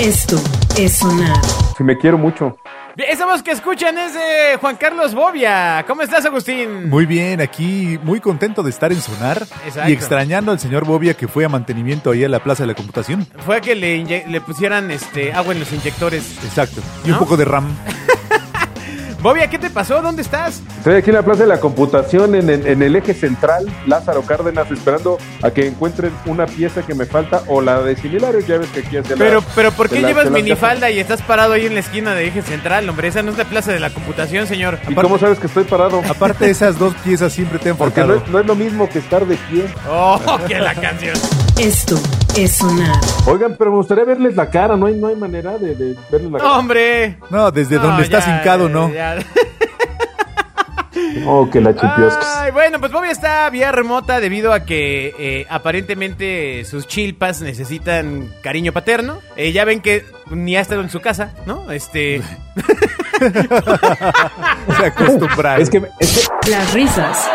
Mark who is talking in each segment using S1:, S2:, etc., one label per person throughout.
S1: Esto es sonar.
S2: Si me quiero mucho.
S3: Bien, Esa voz que escuchan es de Juan Carlos Bobia. ¿Cómo estás, Agustín?
S4: Muy bien, aquí muy contento de estar en Sonar
S3: Exacto.
S4: y extrañando al señor Bobia que fue a mantenimiento ahí a la Plaza de la Computación.
S3: Fue a que le, inye- le pusieran este, agua en los inyectores.
S4: Exacto. Y
S3: ¿No?
S4: un poco de RAM.
S3: Bobia, ¿qué te pasó? ¿Dónde estás?
S2: Estoy aquí en la Plaza de la Computación, en, el- en el eje central, Lázaro Cárdenas, esperando a que encuentren una pieza que me falta o la de similares. Ya ves que aquí es de la-
S3: Pero, pero ¿por qué
S2: de la-
S3: llevas
S2: de las
S3: minifalda y estás parado ahí en la esquina de Eje Central, hombre? Esa no es la plaza de la computación, señor.
S2: casas. ¿Y cómo sabes que estoy parado?
S4: Aparte, esas dos piezas siempre te han
S2: Porque no
S4: faltado.
S2: es, no es lo mismo que estar de pie.
S3: Oh, que la canción.
S1: Esto es sonar.
S2: Oigan, pero me gustaría verles la cara. No hay, no hay manera de, de verles la cara.
S3: Hombre.
S4: No, desde
S3: No,
S4: donde estás
S3: ya,
S4: hincado, ¿no?
S3: ya.
S2: Oh, que la chimpiosques.
S3: Ay, bueno, pues Bobia está vía remota debido a que eh, aparentemente sus chilpas necesitan cariño paterno. Eh, ya ven que ni ha estado en su casa, ¿no? Este.
S4: Se acostumbrar.
S2: Es que, me- es
S1: Las risas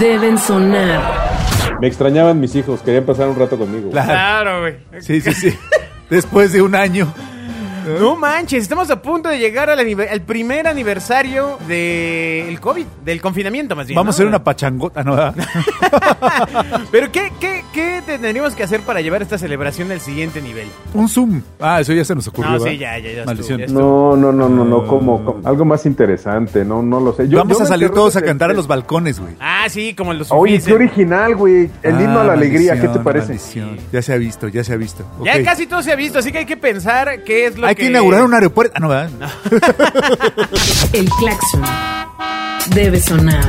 S1: deben sonar.
S2: que me extrañaban mis hijos. Querían pasar un rato conmigo.
S4: Claro.
S3: Claro, güey.
S4: Sí, sí, sí. Después de un año.
S3: No manches, estamos a punto de llegar al, anive- al primer aniversario del COVID, del confinamiento más bien.
S4: Vamos a
S3: ¿no?
S4: hacer una pachangota, ¿no?
S3: Pero ¿qué, qué, qué tendríamos que hacer para llevar esta celebración al siguiente nivel?
S4: un Zoom. Ah, eso ya se nos ocurrió.
S3: No, sí, ya,
S4: ¿verdad?
S3: ya, ya estuvo,
S4: Maldición.
S3: ya
S2: No,
S3: estuvo.
S2: no, no, no, no, como, como- algo más interesante, no, no lo sé. Yo-
S4: Ah. Vamos
S2: yo
S4: a
S2: me
S4: salir
S2: enterré
S4: todos a
S2: desde-
S4: cantar a los balcones, güey.
S3: Ah, sí, como los
S2: Oye,
S3: sufisen.
S2: qué original, güey. El himno a la
S4: Ah,
S2: alegría, ¿qué te
S4: maldición,
S2: parece?
S4: maldición. Ya se ha visto, ya se ha visto.
S3: Ya
S4: Ok.
S3: casi todo se ha visto, así que hay que pensar qué es lo
S4: Hay
S3: que...
S4: que inaugurar un aeropuerto. Ah, no, ¿verdad?
S1: El claxon debe sonar.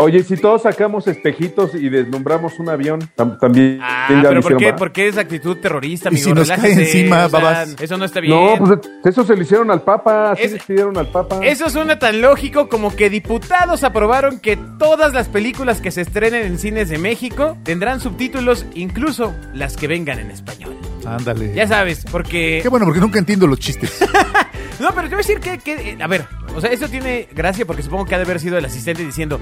S2: Oye, si todos sacamos espejitos y deslumbramos un avión, tam- también
S3: Ah,
S2: ya lo
S3: pero ¿por
S2: hicieron,
S3: qué?
S2: ¿verdad?
S3: ¿Por qué es actitud terrorista,
S4: ¿Y
S3: amigo?
S4: si nos cae
S3: Relájese,
S4: encima,
S3: o sea,
S4: babas?
S3: eso no está bien.
S2: No, pues eso se lo hicieron al Papa, así
S3: Es-
S2: le pidieron al Papa.
S3: Eso suena tan lógico como que diputados aprobaron que todas las películas que se estrenen en cines de México tendrán subtítulos, incluso las que vengan en español.
S4: Ándale.
S3: Ya sabes, porque...
S4: Qué bueno, porque nunca entiendo los chistes.
S3: No, pero te voy a decir que, que, eh, a ver, o sea, eso tiene gracia porque supongo que ha de haber sido el asistente diciendo,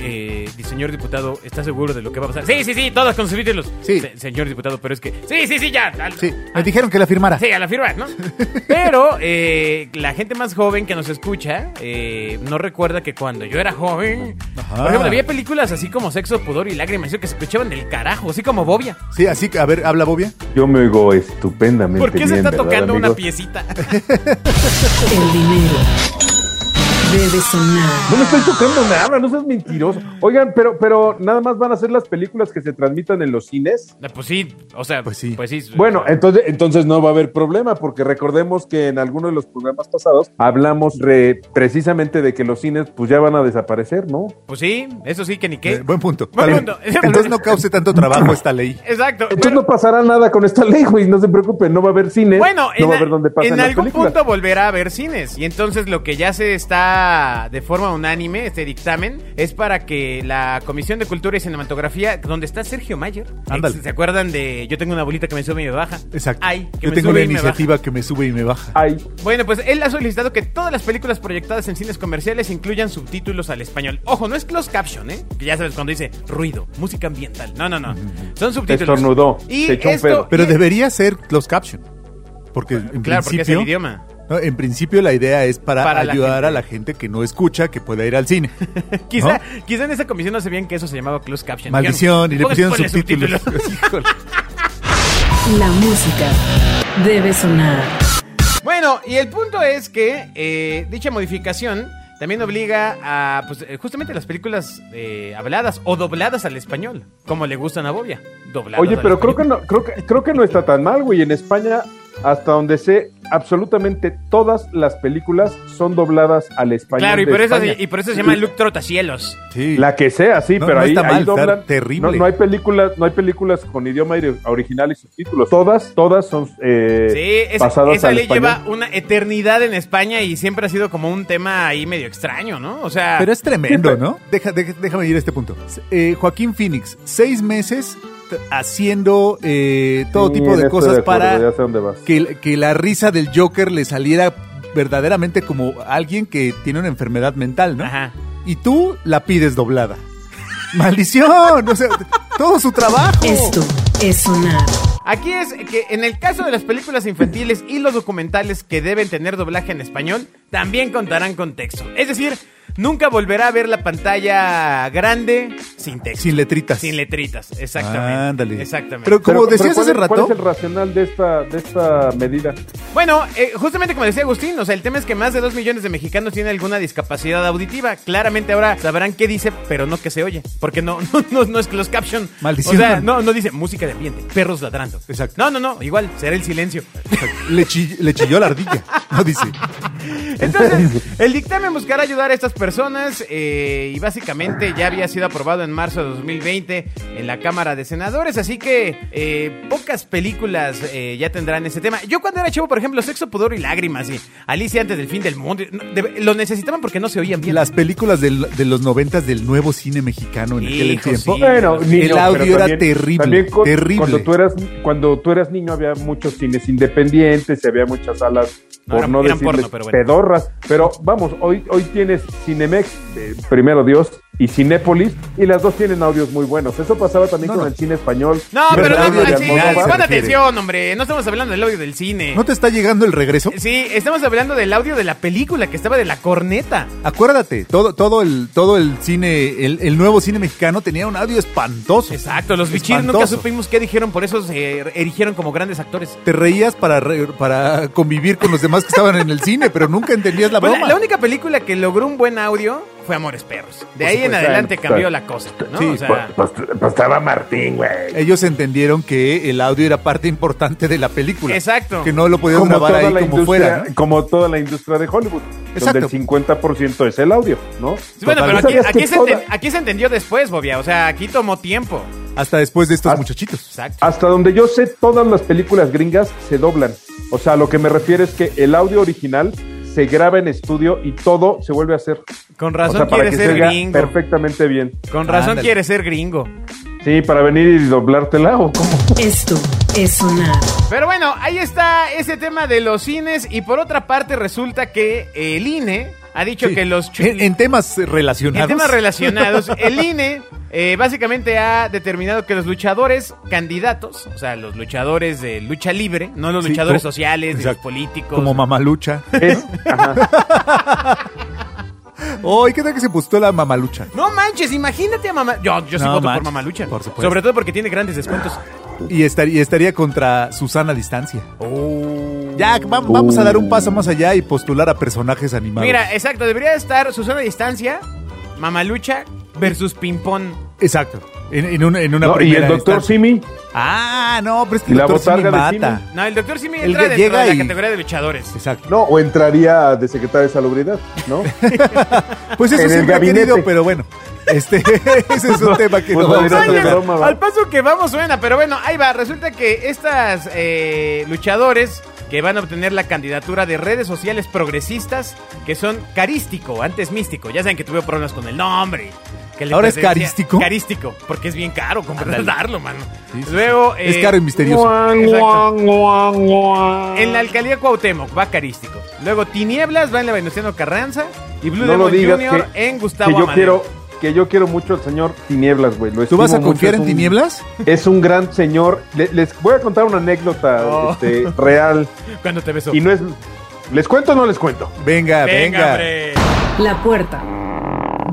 S3: eh, señor diputado, ¿está seguro de lo que va a pasar? Sí, sí, sí, todas con subtítulos.
S4: Sí.
S3: Se- señor diputado, pero es que, sí, sí, sí, ya. al-
S4: Sí, me dijeron que la firmara.
S3: Sí, a la firma, ¿no? Pero eh, la gente más joven que nos escucha eh, no recuerda que cuando yo era joven,
S4: Ajá.
S3: por ejemplo, había películas así como Sexo, Pudor y Lágrimas, eso que se escuchaban del carajo, así como Bobia.
S4: Sí, así, que, a ver, habla Bobia.
S2: Yo me oigo estupendamente
S3: ¿Por qué se
S2: bien,
S3: está
S2: ¿verdad,
S3: tocando una
S2: amigos?
S3: piecita?
S1: El dinero debe sonar.
S2: No me estoy tocando nada, no seas mentiroso. Oigan, pero, pero nada más van a ser las películas que se transmitan en los cines.
S3: Ah, Pues sí, o sea,
S4: Pues sí.
S2: Bueno, entonces, entonces no va a haber problema, porque recordemos que en alguno de los programas pasados hablamos re- precisamente de que los cines pues ya van a desaparecer, ¿no?
S3: Pues sí, eso sí que ni qué.
S4: Eh, buen punto.
S3: Buen
S4: Tal-
S3: punto. Eh,
S4: Entonces no cause tanto trabajo esta ley.
S3: Exacto.
S2: Entonces
S3: pero-
S2: no pasará nada con esta ley, güey, no se preocupen, no va a haber cines,
S3: bueno,
S2: no
S3: en,
S2: va a haber donde pasen
S3: en
S2: las
S3: algún
S2: películas.
S3: punto volverá a haber cines. Y entonces lo que ya se está de forma unánime, este dictamen, es para que la Comisión de Cultura y Cinematografía, donde está Sergio Mayer,
S4: Ándale.
S3: ex- ¿se acuerdan de Yo tengo una bolita que me sube y me baja?
S4: Exacto.
S3: Ay, que
S4: Yo
S3: me
S4: tengo
S3: sube
S4: una
S3: y me
S4: iniciativa que me sube y me baja.
S2: Ay,
S3: baja. Bueno, pues él ha solicitado que todas las películas proyectadas en cines comerciales incluyan subtítulos al español. Ojo, no es closed caption, ¿eh? Que ya sabes cuando dice ruido, música ambiental. No, no, no. Son subtítulos.
S2: estornudó,
S3: Y
S2: se echó un
S3: esto-
S2: pedo.
S4: Pero
S3: y-
S4: debería ser closed caption. Porque en
S3: Claro, porque es el
S4: principio.
S3: idioma.
S4: no, en principio la idea es para,
S3: Para la
S4: ayudar
S3: gente.
S4: a la gente que no escucha que pueda ir al cine.
S3: Quizá, quizá en esa comisión no sabían que eso se llamaba closed caption.
S4: Maldición, y le
S3: Dijeron,
S4: pusieron
S3: "Ponle
S4: subtítulos. Híjole.
S1: La música debe sonar.
S3: bueno, y el punto es que eh, dicha modificación también obliga a pues, eh, justamente las películas eh, habladas o dobladas al español, como le gustan a Bobia. Dobladas
S2: Oye,
S3: al
S2: pero creo que
S3: español.
S2: no, creo que, creo que no está tan mal, güey. En España, hasta donde sé, absolutamente todas las películas son dobladas al español.
S3: Claro, y
S2: de
S3: por, eso
S2: España.
S3: se, y por eso se llama Luke Trotacielos.
S4: Sí.
S2: La que sea, sí,
S4: No,
S2: pero
S4: no
S2: ahí,
S4: está
S2: ahí
S4: mal, está
S2: doblan.
S4: terrible.
S2: No, no hay películas, no hay películas con idioma ori- original y subtítulos. Todas, todas son eh,
S3: Sí, esa,
S2: pasadas
S3: esa
S2: al
S3: ley
S2: español.
S3: lleva una eternidad en España y siempre ha sido como un tema ahí medio extraño, ¿no? O sea,
S4: Pero es tremendo,
S2: Siempre-
S4: ¿no? Deja- deja- déjame ir a este punto. Eh, Joaquín Phoenix, seis meses t- haciendo eh, todo
S2: Sí,
S4: tipo
S2: en
S4: de
S2: esto
S4: cosas
S2: acuerdo,
S4: para
S2: ya sé dónde vas.
S4: que, que la risa del Joker le saliera verdaderamente como alguien que tiene una enfermedad mental, ¿no?
S3: ajá.
S4: Y tú la pides doblada. ¡Maldición! O sea, todo su trabajo.
S1: Esto es sonar.
S3: Aquí es que en el caso de las películas infantiles y los documentales que deben tener doblaje en español, también contarán con texto. Es decir, nunca volverá a ver la pantalla grande sin texto.
S4: Sin letritas.
S3: Sin letritas, exactamente.
S4: Ándale.
S3: Exactamente.
S4: Pero
S2: Pero-
S4: como
S2: pero
S4: decías
S2: ¿cuál
S4: hace
S2: es-
S4: rato.
S2: ¿Cuál es el racional de esta, de esta medida?
S3: Bueno, eh, justamente como decía Agustín, o sea, el tema es que más de 2 millones de mexicanos tienen alguna discapacidad auditiva. Claramente ahora sabrán qué dice, pero no que se oye. Porque no, no, no, no es que los caption.
S4: Maldición.
S3: O sea, no, no dice música de ambiente, perros ladrando.
S4: Exacto.
S3: No, no, no, igual, será el silencio.
S4: Le, chi- le chilló la ardilla. No dice.
S3: Entonces, el dictamen buscará ayudar a estas personas eh, y básicamente ya había sido aprobado en marzo de 2020 en la Cámara de Senadores, así que eh, pocas películas eh, ya tendrán ese tema. Yo cuando era chivo, por ejemplo, Sexo, Pudor y Lágrimas y Alicia antes del fin del mundo, no, de- lo necesitaban porque no se oían bien.
S4: Las películas del- de los noventas del nuevo cine mexicano en aquel
S3: Hijo,
S4: tiempo.
S3: sí.
S2: Bueno,
S3: El
S2: niño,
S4: audio
S2: pero
S4: era terrible,
S2: cu-
S4: terrible.
S2: Cuando tú, eras, cuando tú eras niño había muchos cines independientes y había muchas salas,
S3: No,
S2: por
S3: eran-
S2: no
S3: eran
S2: decirles
S3: porno, pero bueno.
S2: pedorras. Pero vamos, hoy, hoy tienes Cinemex, eh, primero Dios, y Cinépolis, y las dos tienen audios muy buenos. Eso pasaba también
S4: No,
S2: con
S4: no.
S2: el cine español.
S3: No, pero
S4: Pero
S3: no,
S2: el
S4: audio
S3: no,
S2: de
S4: al
S3: sí,
S4: final
S2: Almodóvar.
S3: pon
S4: se refiere.
S3: atención, hombre. No estamos hablando del audio del cine.
S4: ¿No te está llegando el regreso?
S3: Sí, estamos hablando del audio de la película que estaba de la corneta.
S4: Acuérdate, todo, todo el, todo el cine, el, el nuevo cine mexicano tenía un audio espantoso.
S3: Exacto, los bichir nunca
S4: Espantoso.
S3: supimos qué dijeron, por eso se erigieron como grandes actores.
S4: Te reías para, re- para convivir con los demás que estaban en el cine, pero nunca entendías la
S3: Bueno, Ah,
S4: broma.
S3: pues, la única película que logró un buen audio fue Amores Perros. De ahí en
S2: supuesto.
S3: adelante
S2: Pues Claro,
S3: cambió la cosa, ¿no?
S4: Sí,
S3: o sea,
S2: Pues, pues- pues estaba Martín, güey.
S4: Ellos entendieron que el audio era parte importante de la
S2: pues,
S4: película.
S3: Exacto.
S4: Que no lo podías
S2: Como
S4: grabar
S2: toda,
S4: ahí
S2: la
S4: como fuera. ¿eh?
S2: industria,
S4: ¿no?
S2: como toda la industria de Hollywood,
S4: Exacto.
S2: donde el 50% es el audio, ¿no?
S3: Sí, bueno, pero
S2: ¿Tú
S3: aquí,
S2: sabías que
S3: aquí se
S2: toda-
S3: enten- aquí se entendió después, Bobia. O sea, aquí tomó tiempo.
S4: Hasta después de estos
S2: Ah.
S4: muchachitos.
S3: Exacto.
S2: Hasta donde yo sé, todas las películas gringas se doblan. O sea, lo que me refiero es que el audio original se graba en estudio y todo se vuelve a hacer.
S3: Con
S2: O
S3: razón
S2: sea, para
S3: quiere
S2: que se
S3: ser
S2: oiga
S3: gringo.
S2: perfectamente bien.
S3: Con razón
S4: Ándale.
S3: quiere ser gringo.
S2: Sí, para venir y doblártela o cómo.
S1: Esto es sonar.
S3: Pero bueno, ahí está ese tema de los cines. Y por otra parte, resulta que el INE ha dicho
S4: Sí.
S3: que los. chu-
S4: en, en temas
S3: En
S4: relacionados.
S3: temas relacionados, el INE eh, básicamente ha determinado que los luchadores candidatos, o sea, los luchadores de lucha libre, no los
S4: Sí,
S3: luchadores
S4: como-
S3: sociales, ni los
S4: exacto.
S3: políticos.
S4: Como mamalucha.
S2: Es, ajá.
S4: Hoy, Oh, ¿qué tal que se postó la mamalucha?
S3: no manches, imagínate a mamá. Yo, yo sí
S4: No
S3: voto por
S4: manches,
S3: Mamalucha.
S4: por supuesto. Ah,
S3: Sobre todo porque tiene grandes descuentos.
S4: Y estaría, y estaría contra Susana a distancia.
S3: Oh.
S4: Ya, va- vamos a dar un paso más allá y postular a personajes animados.
S3: Mira, exacto, debería estar Susana a distancia, Mamalucha versus Pimpón.
S4: Exacto. En, en una, en una
S2: No, y
S4: primera
S2: el doctor
S4: instancia.
S2: Simi,
S4: Ah, no, pero es que
S2: Y
S4: el
S2: la
S4: doctor Simi
S2: botarga de
S4: mata.
S3: No, el doctor sí me
S4: Él
S3: entra
S4: que
S3: dentro
S4: llega
S3: de la
S4: y-
S3: categoría de luchadores.
S4: Exacto.
S2: no, o entraría de secretario de salubridad, ¿no?
S4: Pues eso
S2: En el
S4: siempre ha
S2: gabinete.
S4: querido, pero bueno. Este, ese es un tema que
S2: Pues
S4: no
S2: no,
S4: vamos a
S2: no,
S3: Oye,
S4: tocar.
S2: no. broma, va.
S3: al paso que vamos suena, pero bueno, ahí va. Resulta que estas eh, luchadores que van a obtener la candidatura de redes sociales progresistas, que son carístico, antes místico. Ya saben que tuve problemas con el nombre. que le
S4: ¿Ahora es
S3: pertenecía-
S4: carístico?
S3: Carístico, porque es bien caro comprarlo,
S4: Ándale.
S3: darlo, mano.
S4: Sí, sí,
S3: Luego,
S4: Es
S3: eh,
S4: caro y misterioso.
S2: Guan,
S3: Exacto.
S2: guan, guan, guan.
S3: en la alcaldía Cuauhtémoc va carístico. Luego Tinieblas va en la Venustiano Carranza y Blue
S2: No lo
S3: Demon
S2: digas
S3: Jr.
S2: que-
S3: en
S2: que
S3: Gustavo
S2: yo
S3: Amadeo.
S2: quiero que yo quiero mucho al señor Tinieblas, güey. lo
S4: ¿Tú vas a
S2: estimo mucho,
S4: confiar
S2: es
S4: en
S2: un-
S4: tinieblas?
S2: Es un gran señor. Le- les voy a contar una anécdota
S3: Oh.
S2: este, real.
S3: Cuando te beso.
S2: Y no es. ¿Les cuento o no les cuento?
S4: Venga, venga.
S3: hombre.
S1: La puerta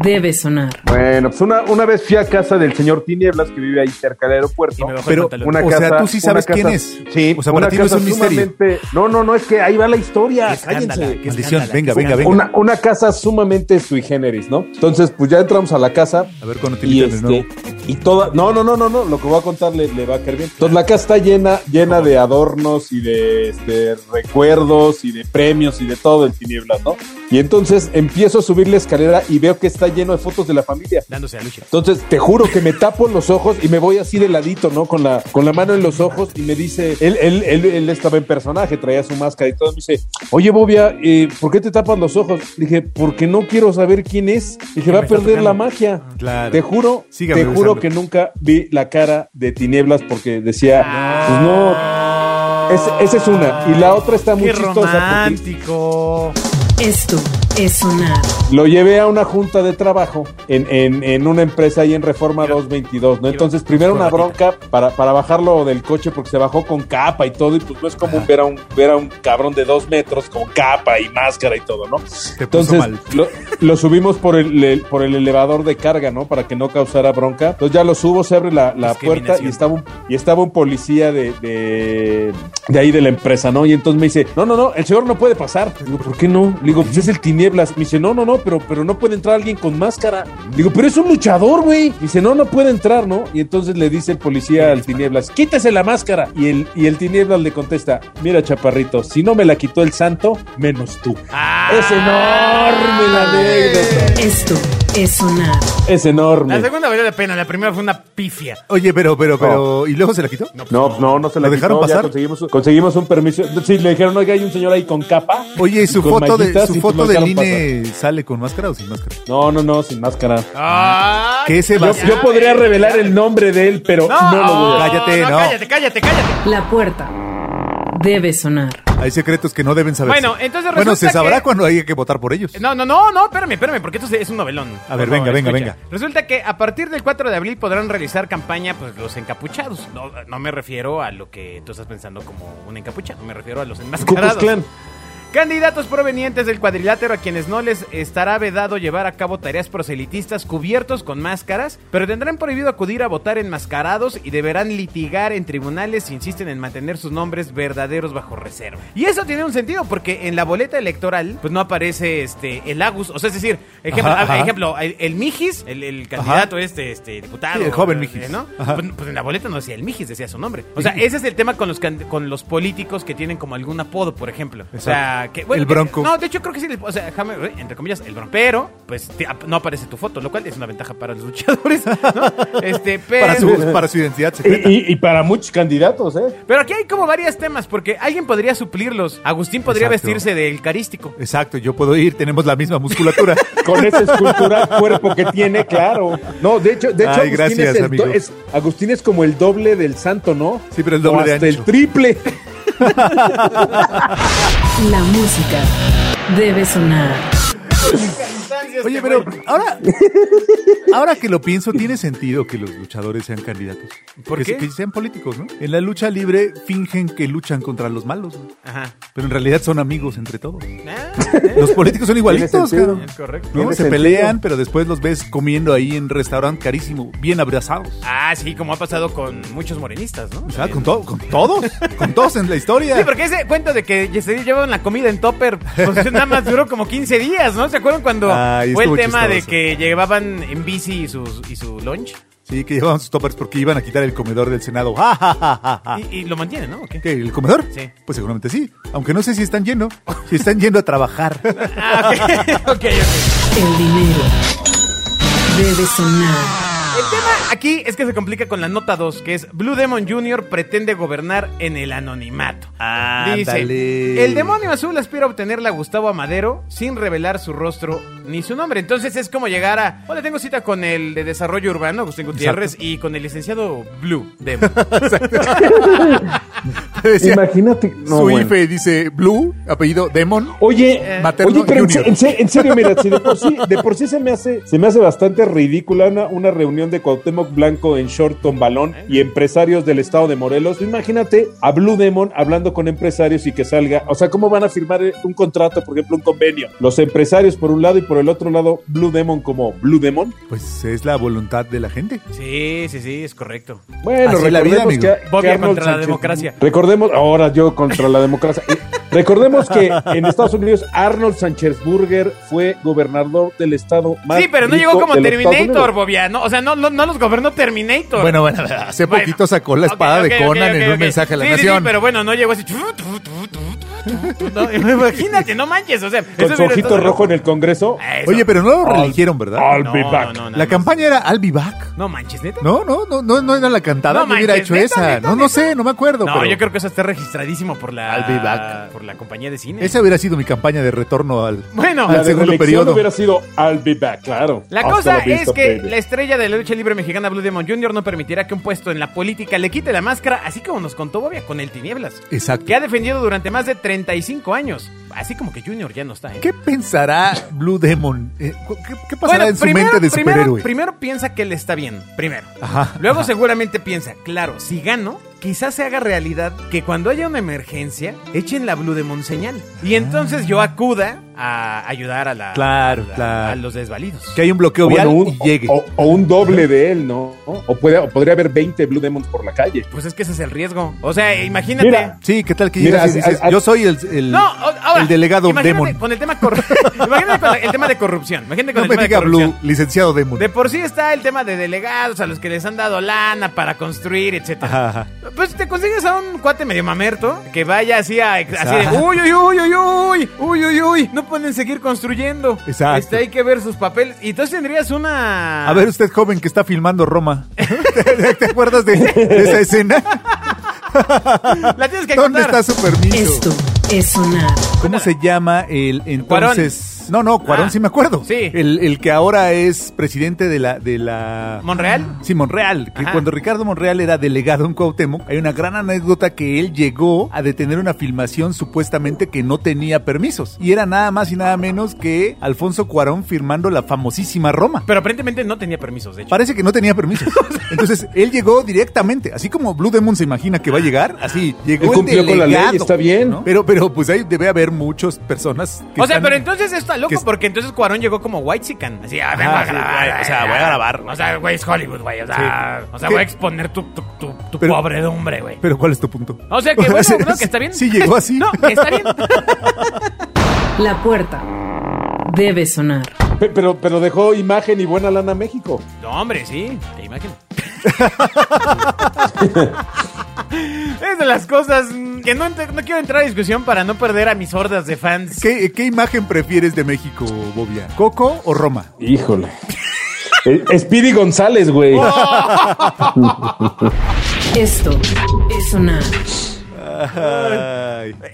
S1: debe sonar.
S2: Bueno, pues una, una vez fui a casa del señor Tinieblas, que vive ahí cerca del
S3: Y
S2: aeropuerto.
S3: me bajó el
S4: Pero,
S3: pantalón.
S2: Una
S4: o
S2: casa,
S4: sea, tú sí
S2: una
S4: sabes quién
S2: casa-
S4: es.
S2: Sí,
S4: O sea, para
S2: una
S4: ti no es
S2: casa
S4: un misterio.
S2: sumamente- No, no, no, es que ahí va la historia.
S3: Qué
S2: Cállense.
S3: escándalo, qué
S4: Maldición.
S3: escándalo.
S4: Venga, venga, venga.
S2: Una, una casa sumamente sui generis, ¿no? Entonces, pues ya entramos a la casa.
S4: A ver cuando te
S2: Y,
S4: invitan de nuevo.
S2: este, y toda. No, no, no, no, no. Lo que voy a contar le, le va a caer bien. Entonces, la casa está llena, llena de adornos y de este, recuerdos y de premios y de todo el tinieblas, ¿no? Y entonces empiezo a subir la escalera y veo que está lleno de fotos de la familia.
S3: Dándose a lucha.
S2: Entonces, te juro que me tapo los ojos y me voy así de ladito, ¿no? Con la, con la mano en los ojos y me dice, él, él, él, él estaba en personaje, traía su máscara y todo, me dice, oye, Bobia, eh, ¿por qué te tapas los ojos? Le dije, porque no quiero saber quién es. Le dije, va a
S3: me está
S2: perder la
S3: tocando.
S2: magia.
S4: Claro.
S2: Te juro,
S4: Sígame
S2: te juro
S4: besando.
S2: que nunca vi la cara de Tinieblas porque decía,
S3: Ah.
S2: pues no... Es- esa es una. Y la otra está muy
S3: Qué
S2: chistosa. porque-
S3: romántico.
S1: Esto es sonar.
S5: Lo llevé a una junta de trabajo en, en- en una empresa ahí en Reforma 222, ¿no? Entonces, primero una bronca para, para bajarlo del coche porque se bajó con capa y todo, y pues no es
S3: Ah.
S5: común ver a un, ver a un cabrón de dos metros con capa y máscara y todo, ¿no?
S4: Te puso
S5: Entonces,
S4: mal.
S5: Lo, lo subimos por el, el- por el elevador de carga, ¿no? Para que no causara bronca. Entonces ya lo subo, se abre la, la puerta y estaba un, y estaba un policía de, de, de ahí de la empresa, ¿no? Y entonces me dice, no, no, no, el señor no puede pasar. Le Digo, ¿por qué no? Le digo, pues es el tinieblas. Me dice, no, no, no, pero, pero no puede entrar alguien con máscara. Le Digo, pero es un luchador, güey. Me Dice, no, no puede entrar, ¿no? Y entonces le dice el policía al tinieblas, quítese la máscara. Y el, y el tinieblas le contesta, mira, chaparrito, si no me la quitó el santo, menos tú.
S3: Ah.
S5: Es enorme la anécdota.
S1: Esto es sonar.
S5: Es
S3: La
S5: enorme.
S3: segunda valió la pena, la primera fue una pifia.
S4: Oye, pero, pero, pero. ¿Y luego se la quitó?
S5: No, pues no, no se la
S4: ¿Lo dejaron
S5: quitó, ya
S4: pasar?
S5: conseguimos, un- conseguimos un permiso. Sí, le dijeron, oiga, hay un señor ahí con capa.
S4: Oye, ¿y su
S5: con
S4: foto, de,
S5: mallitas,
S4: su
S5: y
S4: foto
S5: lo
S4: del
S5: dejaron
S4: INE sale con máscara o sin máscara?
S5: pasar. No, no, no, sin máscara.
S3: Ah,
S4: Que ese
S5: Yo,
S4: va
S5: yo podría revelar el nombre de él, pero no, lo voy a.
S4: Cállate, no.
S3: Cállate, cállate, cállate.
S1: La puerta debe sonar.
S4: Hay secretos que no deben saber.
S3: Bueno, entonces
S4: Bueno,
S3: resulta
S4: se sabrá
S3: que-
S4: cuando haya que votar por ellos.
S3: No, no, no, no, espérame, espérame, porque esto es un novelón.
S4: A ver,
S3: Por favor,
S4: venga, venga, venga.
S3: Resulta que a partir del 4 de abril podrán realizar campaña, pues, los encapuchados. No, no me refiero a lo que tú estás pensando como un encapuchado, me refiero a los
S5: Ku Klux
S3: enmascarados.
S5: Klan.
S3: Candidatos provenientes del cuadrilátero a quienes no les estará vedado llevar a cabo tareas proselitistas cubiertos con máscaras, pero tendrán prohibido acudir a votar enmascarados y deberán litigar en tribunales si insisten en mantener sus nombres verdaderos bajo reserva. Y eso tiene un sentido porque en la boleta electoral pues no aparece este el Agus, o sea, es decir, ejemplo,
S4: Ajá, ajá.
S3: ejemplo, el, el Mijis, el, el candidato este este diputado,
S4: Sí, el joven
S3: eh,
S4: Mijis.
S3: ¿no?
S4: Ajá.
S3: Pues, pues en la boleta no decía el Mijis, decía su nombre. O sea, ese es el tema con los can- con los políticos que tienen como algún apodo, por ejemplo. O sea, que
S4: El
S3: que-
S4: Bronco.
S3: no, de hecho creo que sí. O sea, Hammer, eh, entre comillas, el bronco. Pero, pues te- ap- no aparece tu foto, lo cual es una ventaja para los luchadores, ¿no? Este, pero.
S4: Para su, para su identidad
S5: Y,
S4: secreta.
S5: y- y para muchos candidatos, ¿eh?
S3: Pero aquí hay como varios temas, porque alguien podría suplirlos. Agustín podría
S4: Exacto.
S3: vestirse del carístico.
S4: Exacto, yo puedo ir, tenemos la misma musculatura.
S5: Con esa escultura cuerpo que tiene, claro. No, de hecho, de hecho
S4: Ay, gracias,
S5: es el do-
S4: amigo.
S5: es- Agustín es como el doble del santo, ¿no?
S4: Sí, pero el doble
S5: O
S4: de
S5: hasta
S4: ancho.
S5: el triple.
S1: La música debe sonar.
S4: Oye, pero ahora, ahora que lo pienso, tiene sentido que los luchadores sean candidatos.
S3: ¿Por
S4: que,
S3: qué?
S4: se- que sean políticos, ¿no? En la lucha libre fingen que luchan contra los malos, ¿no?
S3: Ajá.
S4: pero en realidad son amigos entre todos.
S3: Ah, eh,
S4: Los políticos son igualitos,
S5: sentido.
S4: cabrón.
S3: es correcto.
S4: ¿no?
S5: Tiene
S4: Se
S5: sentido.
S4: pelean, pero después los ves comiendo ahí en restaurante carísimo, bien abrazados.
S3: Ah, sí, como ha pasado con muchos morenistas, ¿no?
S4: O sea, con, to- con todos, con todos en la historia.
S3: Sí, porque ese cuento de que se llevaban la comida en topper, pues nada más duró como 15 días, ¿no? ¿Se acuerdan cuando
S4: Ay,
S3: fue el
S4: Ah, estuvo
S3: tema de
S4: chistoso.
S3: que llevaban en bici y, sus, y su lunch?
S4: Sí, que llevaban sus toppers porque iban a quitar el comedor del Senado. ¡Ja, ja, ja, ja, ja!
S3: Y, y lo mantienen, ¿no? ¿O qué?
S4: ¿Qué, ¿El comedor?
S3: Sí.
S4: Pues seguramente sí. Aunque no sé si están yendo. Si están yendo a trabajar.
S3: Ah, ok, ok, ok.
S1: El dinero debe sonar.
S3: El tema aquí es que se complica con la nota 2, que es Blue Demon Jr. pretende gobernar en el anonimato. Dice, el demonio azul aspira a obtenerla a Gustavo Amadero sin revelar su rostro ni su nombre. Entonces es como llegar a... Hola, tengo cita con el de Desarrollo Urbano, Agustín Gutiérrez, y con el licenciado Blue Demon.
S4: Decía,
S5: Imagínate. no,
S4: su
S5: bueno.
S4: IFE dice Blue, apellido Demon.
S5: Oye,
S4: Materno
S5: oye, pero en, se-
S4: Junior.
S5: en se- en serio, mira, si de por sí, de por sí se me hace, se me hace bastante ridícula una, una reunión de Cuauhtémoc Blanco en short con balón y empresarios del estado de Morelos. Imagínate a Blue Demon hablando con empresarios y que salga, o sea, cómo van a firmar un contrato, por ejemplo, un convenio. Los empresarios por un lado y por el otro lado Blue Demon como Blue Demon.
S4: Pues es la voluntad de la gente.
S3: Sí, sí, sí, es correcto.
S5: Bueno,
S4: Así es la vida,
S5: recordemos
S4: amigo.
S5: que- que
S3: Bobia
S5: Arnold
S3: contra la
S5: Sánchez-
S3: democracia.
S5: Recordemos, ahora yo contra la democracia. Eh, recordemos que en Estados Unidos Arnold Sánchez Burger fue gobernador del estado más
S3: sí, pero no llegó
S5: rico
S3: como
S5: de los Estados
S3: Terminator,
S5: Unidos.
S3: Bobia. No, o sea, no, no, no los gobernó Terminator.
S4: Bueno, bueno, hace
S3: Bueno,
S4: poquito sacó la
S3: ok,
S4: espada
S3: ok,
S4: de
S3: ok,
S4: Conan
S3: ok,
S4: en un
S3: ok.
S4: mensaje a la
S3: Sí, sí,
S4: nación.
S3: Sí, pero bueno, no llegó así. chu, tu, tu, tu, tu, tu, no, imagínate, no manches. O sea,
S5: Con su ojito rojo en el Congreso.
S3: Eh,
S4: Oye, pero no lo religieron, ¿verdad?
S5: I'll
S3: No,
S5: be
S3: no,
S5: back.
S3: no, no.
S4: la campaña era I'll be back.
S3: No manches, neta.
S4: No, no, no, no, no era la cantada.
S3: No
S4: yo hubiera
S3: manches,
S4: hecho
S3: neta,
S4: esa.
S3: neta,
S4: no, no
S3: neta.
S4: sé, no me acuerdo.
S3: No,
S4: pero
S3: yo creo que eso está registradísimo por la.
S4: I'll be back.
S3: Por la compañía de cine.
S4: Esa hubiera sido mi campaña de retorno al.
S3: Bueno,
S4: al
S5: La de
S4: segundo
S5: reelección
S4: periodo.
S5: hubiera sido I'll be back, claro.
S3: La
S5: Hasta
S3: cosa
S5: vista,
S3: es que
S5: baby.
S3: la estrella de la lucha libre mexicana Blue Demon Jr. no permitirá que un puesto en la política le quite la máscara, así como nos contó Bobia con el Tinieblas,
S4: Exacto.
S3: que ha defendido durante más de 35 años. así como que Junior ya no está, ¿eh?
S4: ¿Qué pensará Blue Demon? Eh, cu- ¿Qué, qué pasará en su mente
S3: primero-
S4: de superhéroe?
S3: primero piensa que él está bien, primero.
S4: Ajá.
S3: Luego seguramente piensa, claro, si gano, quizás se haga realidad que cuando haya una emergencia, echen la Blue Demon señal. Y entonces yo acuda a ayudar a la
S4: Ah. Claro,
S3: a,
S4: claro.
S3: a los desvalidos.
S4: Que hay un bloqueo
S5: O,
S4: vial
S5: bueno, un,
S4: y llegue.
S5: Ah, o- o un doble de él, ¿no? O, puede, o podría haber 20 Blue Demons por la calle.
S3: Pues es que ese es el riesgo. O sea, imagínate.
S5: Mira.
S4: Sí, ¿qué tal que
S5: Mira,
S4: llegas y
S5: a-
S4: dices,
S5: a-
S4: yo soy el, el-
S3: No, o- ahora,
S4: el delegado
S3: imagínate
S4: Demon?
S3: Con el tema corru- imagínate con el tema de corrupción. Imagínate con
S4: No
S3: el
S4: me
S3: tema
S4: diga
S3: de corrupción.
S4: Blue, licenciado Demon.
S3: De por sí está el tema de delegados a los que les han dado lana para construir, etcétera.
S4: Ajá, ajá.
S3: Pues te consigues a un cuate medio mamerto que vaya así a así de,
S4: Exacto.
S3: uy, uy, uy, uy, uy, uy, uy, uy, no pueden seguir construyendo.
S4: Exacto.
S3: Este, hay que ver sus papeles. Y entonces tendrías una.
S4: A ver, usted joven que está filmando Roma. ¿Te, te acuerdas de, de esa escena?
S3: la tienes que
S4: ¿Dónde
S3: contar.
S4: está su permiso?
S1: Esto es sonar.
S4: ¿Cómo se llama el entonces? No, no, Cuarón
S3: Ah,
S4: sí me acuerdo.
S3: sí.
S4: El, el que ahora es presidente de la, de la
S3: ¿Monreal?
S4: Sí, Monreal. Que
S3: Ajá.
S4: cuando Ricardo Monreal era delegado en Cuauhtémoc, hay una gran anécdota que él llegó a detener una filmación supuestamente que no tenía permisos. Y era nada más y nada menos que Alfonso Cuarón firmando la famosísima Roma.
S3: Pero aparentemente no tenía permisos, de hecho.
S4: Parece que no tenía permisos. Entonces, él llegó directamente, así como Blue Demon se imagina que va a llegar, así llegó
S5: Él
S4: el
S5: cumplió con la ley,
S4: delegado,
S5: está bien.
S4: Pero, pero pues ahí debe haber muchas personas que
S3: O sea,
S4: están-
S3: pero entonces está loco
S4: que es-
S3: porque entonces Cuarón llegó como White Chican. Así, ah, vengo
S4: Ajá,
S3: a
S4: sí,
S3: grabar. ah".
S4: güey, o sea, voy a grabar.
S3: O sea, güey, es Hollywood, güey. O sea, o sea
S4: ¿Qué?
S3: voy a exponer tu, tu, tu, tu
S4: Pero-
S3: pobredumbre, güey.
S4: Pero ¿cuál es tu punto?
S3: O sea, que bueno, no, que está bien.
S4: Sí llegó así.
S3: No, que está bien.
S1: La puerta debe sonar.
S5: Pe- Pero, pero dejó imagen y buena lana a México.
S3: No, hombre, sí, te imagino. es de las cosas mm, que no, ent- no quiero entrar a discusión para no perder a mis hordas de fans.
S4: ¿Qué, qué imagen prefieres de México, Bobia? ¿Coco o Roma?
S5: Híjole. Eh, Speedy González, güey.
S3: Oh,
S1: Esto es sonar.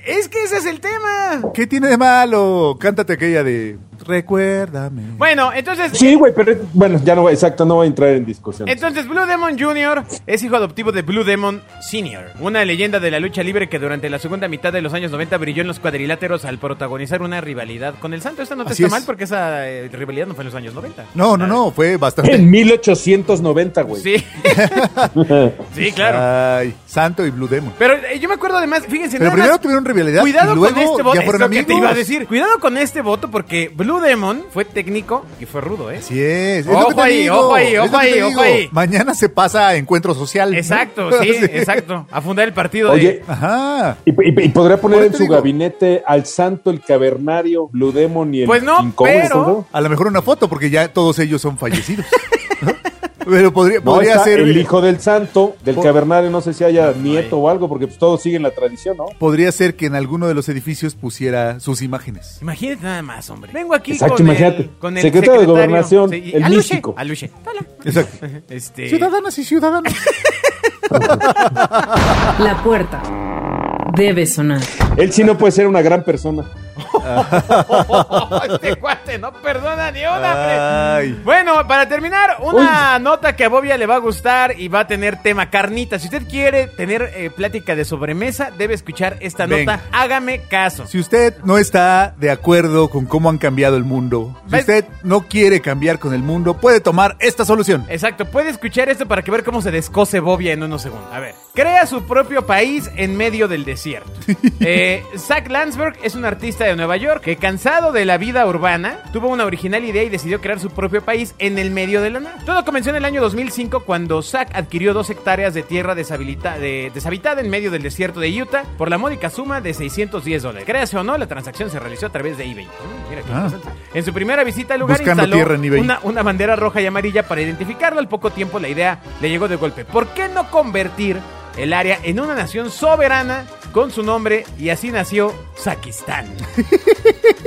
S3: Es que ese es el tema.
S4: ¿Qué tiene de malo? Cántate aquella de Recuérdame.
S3: Bueno, entonces,
S5: Sí, güey, pero es- bueno, ya no voy, exacto, no voy a entrar en discusión.
S3: entonces Blue Demon Jr. es hijo adoptivo de Blue Demon Sr., una leyenda de la lucha libre que durante la segunda mitad de los años 90 brilló en los cuadriláteros al protagonizar una rivalidad con el Santo. Esta no te
S4: Así
S3: está
S4: es.
S3: mal porque esa eh, rivalidad no fue en los años 90.
S4: No, no, no, fue bastante.
S5: En 1890, güey.
S3: Sí. sí, claro.
S4: Ay, Santo y Blue Demon.
S3: Pero eh, yo me acuerdo además, fíjense,
S4: Pero
S3: nada
S4: primero
S3: más-
S4: tuvieron rivalidad.
S3: cuidado
S4: y luego
S3: con este voto,
S4: Ya
S3: es
S4: fueron
S3: lo que
S4: amigos.
S3: te iba a decir. Cuidado con este voto porque Blue Demon fue técnico y fue rudo, ¿eh?
S4: Así es. es
S3: Ojo
S4: lo que te
S3: ahí,
S4: digo,
S3: ojo ahí,
S4: es lo
S3: ojo
S4: que te
S3: ahí, ojo
S4: digo.
S3: ahí.
S4: Mañana se pasa a encuentro social. ¿no?
S3: Exacto, sí, exacto. A fundar el partido
S5: Oye,
S4: Ajá.
S5: y, y- y podría
S4: Por
S5: poner en
S4: eso
S5: su
S4: digo-
S5: gabinete al santo, el cavernario, Blue Demon y el
S3: Pues no,
S5: King Kong,
S3: pero-
S5: ¿no?
S4: A lo mejor una foto, porque ya todos ellos son fallecidos. ¿no? Pero podría,
S5: No,
S4: podría
S5: está
S4: ser.
S5: el hijo del santo, del
S4: Po-
S5: cavernario, no sé si haya nieto o algo, porque pues todos siguen la tradición, ¿no?
S4: Podría ser que en alguno de los edificios pusiera sus imágenes.
S3: de... Imagínate nada más, hombre. Vengo aquí
S5: Exacto,
S3: con,
S5: imagínate.
S3: el, con el
S5: Secretario de Gobernación,
S3: y-
S5: el
S3: Aluche,
S5: místico.
S3: Aluche. Hola.
S4: Exacto.
S3: Este,
S4: Ciudadanas y ciudadanos.
S1: La puerta debe sonar.
S5: Él sí no puede ser una gran persona.
S3: este cuate no perdona ni una, hombre.
S4: Ah. Ay.
S3: Bueno, para terminar, una nota que a Bobia le va a gustar y va a tener tema carnita. Si usted quiere tener eh, plática de sobremesa, debe escuchar esta
S4: Venga.
S3: nota. Hágame caso.
S4: Si usted no está de acuerdo con cómo han cambiado el mundo, si
S3: Ven.
S4: usted no quiere cambiar con el mundo, puede tomar esta solución.
S3: Exacto, puede escuchar esto para que ver cómo se descose Bobia en unos segundos. A ver, crea su propio país en medio del desierto. Eh, Zach Landsberg es un artista de Nueva York que, cansado de la vida urbana, tuvo una original idea y decidió crear su propio país en el medio de la nada. Todo comenzó en el año 2005 cuando Zach adquirió dos hectáreas de tierra deshabilita- de- deshabitada en medio del desierto de Utah por la módica suma de 610 dólares. Créase o no, la transacción se realizó a través de eBay. Mm, mira qué
S4: Ah.
S3: interesante. En su primera visita al lugar
S4: Buscando
S3: instaló
S4: tierra en eBay.
S3: una una bandera roja y amarilla para identificarlo. Al poco tiempo la idea le llegó de golpe. ¿Por qué no convertir el área en una nación soberana con su nombre? Y así nació Saquistán.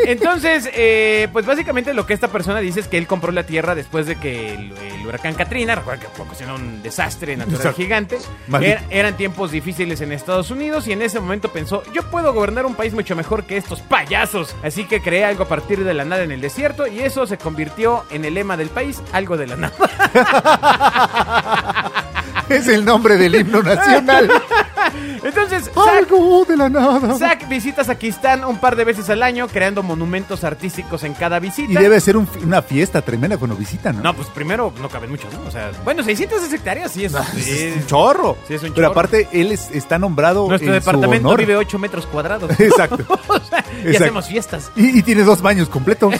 S3: Entonces, eh, pues básicamente lo que esta persona dice es que él compró la tierra después de que el, el huracán Katrina, recuerda que ocasionó un desastre natural
S4: Exacto.
S3: gigante.
S4: Maldito.
S3: Era- eran tiempos difíciles en Estados Unidos y en ese momento pensó, yo puedo gobernar un país mucho mejor que estos payasos. Así que creé algo a partir de la nada en el desierto y eso se convirtió en el lema del país, algo de la nada.
S4: Es el nombre del himno nacional.
S3: Entonces, Zack
S4: Algo de la nada.
S3: Zack visita Saquistán un par de veces al año, creando monumentos artísticos en cada visita.
S4: Y debe ser un fi- una fiesta tremenda cuando visitan, ¿no?
S3: No, pues primero no caben muchos, ¿no? O sea, bueno, 600 hectáreas sí es, sí
S4: es
S3: es-
S4: un chorro.
S3: eh, Sí, es un
S4: Pero
S3: chorro.
S4: aparte, él es- está nombrado
S3: Nuestro
S4: en su
S3: departamento
S4: honor.
S3: vive 8 metros cuadrados.
S4: Exacto.
S3: O sea, y
S4: Exacto.
S3: hacemos fiestas.
S4: Y, y tiene dos baños completos.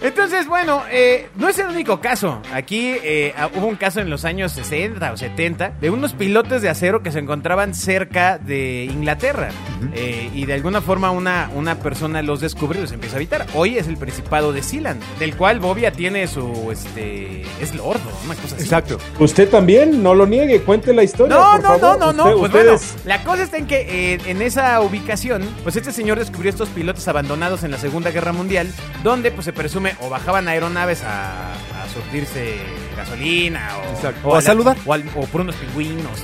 S3: Entonces, bueno, eh, no es el único caso. Aquí eh, ah, hubo un caso en los años 60 o 70 de unos pilotes de acero que se encontraban cerca de Inglaterra. Eh, y de alguna forma una, una persona los descubrió y los empieza a habitar. Hoy es el Principado de Sealand, del cual Bobia tiene su, este, es lordo, una cosa así.
S4: Exacto.
S5: Usted también, no lo niegue, cuente la historia.
S3: No,
S5: por
S3: no, no,
S5: favor.
S3: no, no.
S5: Usted-
S3: Pues bueno,
S5: ustedes,
S3: la cosa está en que eh, en esa ubicación, pues este señor descubrió estos pilotos abandonados en la Segunda Guerra Mundial, donde pues se presume o bajaban aeronaves a, a surtirse gasolina o,
S4: Exacto. O a saludar.
S3: o, al- o por unos pingüinos.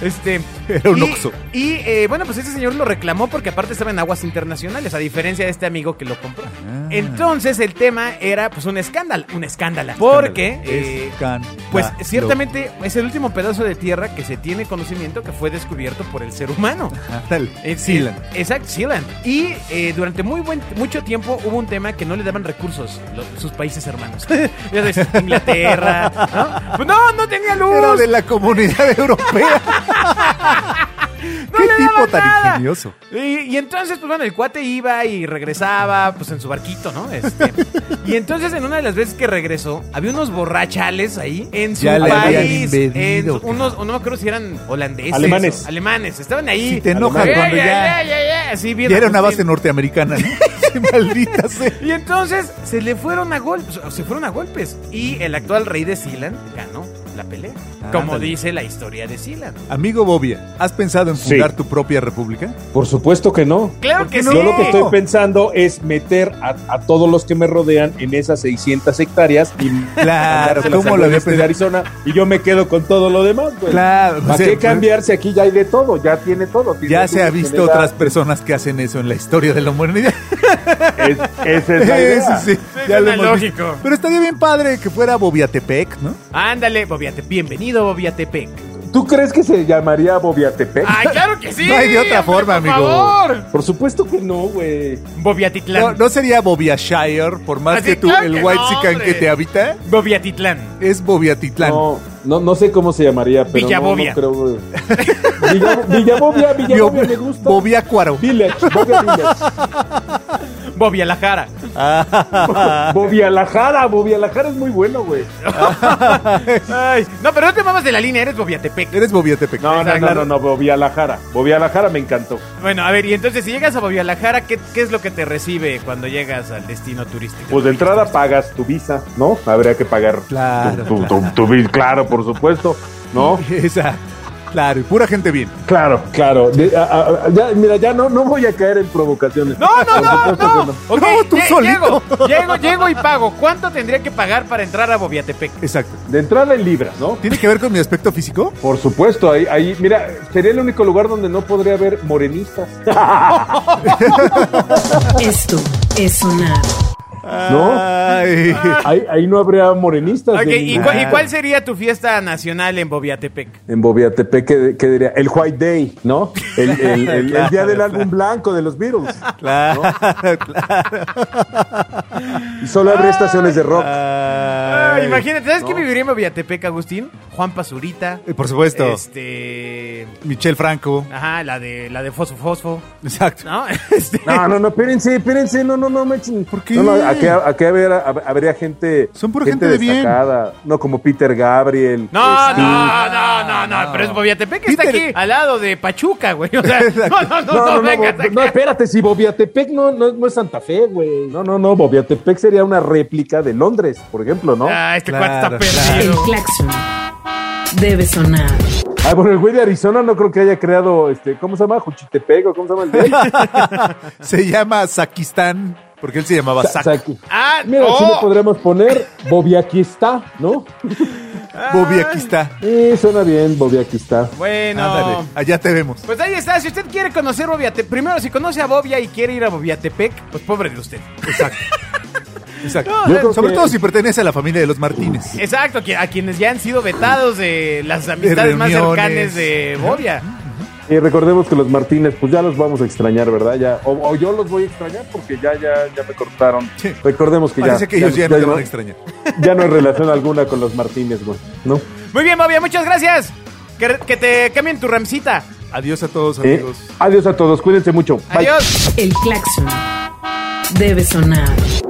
S3: este,
S4: Era un
S3: y-
S4: oxo.
S3: Y eh, bueno, pues este señor lo reclamó porque aparte estaba en aguas internacionales, a diferencia de este amigo que lo compró.
S4: Ah.
S3: Entonces el tema era pues un escándalo, un escándalo. Porque... eh,
S4: Escándalo.
S3: pues ciertamente es el último pedazo de tierra que se tiene conocimiento que fue descubierto por el ser humano.
S4: Dale.
S3: Eh,
S4: Sealand.
S3: eh, Exacto, Sealand. Y eh, durante muy buen, mucho tiempo hubo un tema que no le daban recursos lo- sus países hermanos. Ya sabes, Inglaterra. ¿no? Pues no, no tenía luz.
S4: Era de la comunidad europea.
S3: no
S4: Qué
S3: le
S4: tipo
S3: daban
S4: tan
S3: nada.
S4: ingenioso.
S3: Y, y entonces, pues bueno, el cuate iba y regresaba, pues en su barquito, ¿no? Este, y entonces, en una de las veces que regresó, había unos borrachales ahí en su
S4: Ya le habían
S3: país.
S4: invadido,
S3: en su- unos, o no me acuerdo si eran holandeses.
S5: Alemanes.
S3: o alemanes. Estaban ahí.
S4: Si te enojas
S3: Ey,
S4: cuando
S3: ey,
S4: ya-
S3: ey, ey, ey, así bien
S4: Ya era una base
S3: Agustín.
S4: norteamericana. ¿no? Sí, Maldita sea.
S3: Y entonces se le fueron a golpes, se fueron a golpes. Y el actual rey de Sealand ganó la pelea.
S4: Ah,
S3: como
S4: ándale.
S3: dice la historia de Sealand.
S4: Amigo Bobia, ¿has pensado en
S5: Sí.
S4: fundar tu propia república?
S5: Por supuesto que no.
S3: Claro
S4: ¿Por
S3: que
S4: qué no?
S3: sí.
S5: Yo lo que estoy pensando es meter a, a todos los que me rodean en esas 600 hectáreas y
S4: Claro,
S5: mandárselas
S4: ¿cómo
S5: al
S4: lo había
S5: oeste de
S4: pensado?
S5: Arizona y yo me quedo con todo lo demás, güey.
S4: Claro,
S5: ¿Para
S4: o sea,
S5: qué cambiarse? Aquí ya hay de todo, ya tiene todo. Tiene
S4: Ya se ha
S5: luz,
S4: visto
S5: tiene
S4: otras
S5: gas.
S4: personas que hacen eso en la historia de la humanidad.
S5: Es, esa es la idea.
S4: Eso sí,
S3: suena
S4: lo hemos
S3: lógico.
S4: visto. Pero estaría bien padre que fuera Bobiatepec, ¿no?
S3: Ándale, Bobiatepec. Bienvenido, Bobiatepec.
S5: ¿Tú crees que se llamaría Bobiatepec?
S4: Ah.
S3: ¡Ay, claro que sí!
S4: No hay de otra
S3: hombre,
S4: forma,
S3: por
S4: amigo.
S3: favor.
S5: Por supuesto que no, güey.
S3: Bobiatitlán.
S4: No, no sería Bobiashire, por más
S3: Así,
S4: que tú,
S3: claro
S4: el
S3: que
S4: White
S3: no,
S4: Sican que
S3: hombre.
S4: te habita,
S3: Bobiatitlán.
S4: es Bobiatitlán.
S5: No, no, no sé cómo se llamaría, pero no, no
S3: Villabobia.
S5: creo, güey. Villabo- Villabobia, Villabobia me gusta.
S4: Bobiacuaro.
S5: Village, Bobia Village.
S3: Bobialajara.
S5: Bobialajara, Bobialajara es muy bueno, güey.
S3: Ay, no, pero no te mamas de la línea, eres Bobiatepec.
S4: Eres Bobiatepec.
S5: No, no,
S3: Exacto.
S5: no, no, no, Bobialajara. Bobialajara me encantó.
S3: Bueno, a ver, y entonces si llegas a Bobialajara, ¿qué, qué es lo que te recibe cuando llegas al destino turístico?
S5: Pues de entrada pagas tu visa, ¿no? Habría que pagar tu-
S4: Claro,
S5: tu, tu, tu vi- claro, por supuesto, ¿no?
S4: Esa. Claro, y pura gente bien.
S5: Claro, claro. De- a- a- a- ya, mira, ya no, no voy a caer en provocaciones.
S3: No, no,
S5: Por
S3: no,
S5: supuesto
S3: no.
S5: que
S3: Ok,
S4: No, tú
S3: lle-
S4: solito.
S3: Llego, llego, llego y pago. ¿Cuánto tendría que pagar para entrar a Bobiatepec?
S4: Exacto.
S5: De entrada en libras, ¿no?
S4: ¿Tiene que ver con mi aspecto físico?
S5: Por supuesto, ahí, ahí, mira, sería el único lugar donde no podría haber morenistas.
S1: Esto es sonar.
S4: Ay.
S5: Ahí, ahí no habría morenistas.
S3: Ok,
S5: de
S3: ¿y,
S5: ningún-
S3: cu- y cuál sería tu fiesta nacional en Bobiatepec?
S5: En Bobiatepec, ¿qué, qué diría? El White Day, ¿no? El, el- el- el día del álbum blanco de los Beatles.
S4: Claro,
S5: Y solo habría estaciones de rock.
S3: Ah,
S4: claro.
S3: imagínate, ¿sabes
S5: no.
S3: quién viviría en Bobiatepec, Agustín? Juan Pazurita.
S4: Eh, Por supuesto.
S3: Este.
S4: Michelle Franco.
S3: Ajá, la de la de Fosfo Fosfo.
S4: Exacto.
S3: ¿No? Este,
S5: No, no, no, espérense, espérense, no, no, no, manchen.
S4: ¿Por qué?
S5: No, no, aquí, aquí habría, habría gente.
S4: Son pura gente de bien.
S5: destacada. No, como Peter Gabriel.
S3: No,
S5: este,
S3: no, no, no, Ah, no,
S4: no.
S3: pero es Bobiatepec que está
S4: Peter-
S3: aquí al lado de Pachuca, güey. O sea,
S4: Exacto.
S3: no, no, no,
S5: No, no,
S3: no,
S5: no,
S3: vengas
S5: Bo-
S3: acá.
S5: no, espérate, si Bobiatepec no, no, no es Santa Fe, güey. No, no, no, Bobiatepec sería una réplica de Londres, por ejemplo, ¿no? Ah,
S3: Ah, este
S4: Claro,
S3: cuarto está
S1: El
S3: perdido.
S1: claxon debe sonar.
S5: bueno, el güey de Arizona no creo que haya creado, este, ¿cómo se llama? Juchitepec o ¿cómo se llama el de él?
S4: Se llama Saquistán, porque él se llamaba
S5: Sa-
S4: Sac.
S5: Saqui.
S3: Ah,
S5: Mira,
S3: oh.
S5: si le podríamos poner Bobiaquistá, ¿no?
S4: Bobiaquistá.
S5: Sí, suena bien, Bobiaquistá.
S3: Bueno.
S4: Ándale, allá te vemos.
S3: Pues ahí está, si usted quiere conocer Bobiatepec, primero si conoce a Bobia y quiere ir a Bobiatepec, pues pobre de usted.
S4: Exacto. Exacto.
S3: No,
S5: Yo
S3: o sea,
S5: creo
S4: Sobre
S5: que-
S4: todo si pertenece a la familia de los Martínez.
S3: Exacto, que- a quienes ya han sido vetados de las amistades más
S4: reuniones.
S3: cercanas de Bobia.
S5: Y recordemos que los Martínez, pues ya los vamos a extrañar, ¿verdad? Ya, o, o yo los voy a extrañar porque ya, ya, ya me cortaron.
S4: Sí.
S5: Recordemos que
S4: Parece
S5: ya.
S4: que ellos ya, no te van a
S5: no-
S4: extrañar.
S5: ya no hay relación alguna con los Martínez, güey. ¿No?
S3: Muy bien, Bobia, muchas gracias. Que, que te cambien tu ramcita.
S4: Adiós a todos,
S5: ¿Eh?
S4: amigos.
S5: Adiós a todos, cuídense mucho. Bye.
S3: Adiós.
S1: El claxon debe sonar.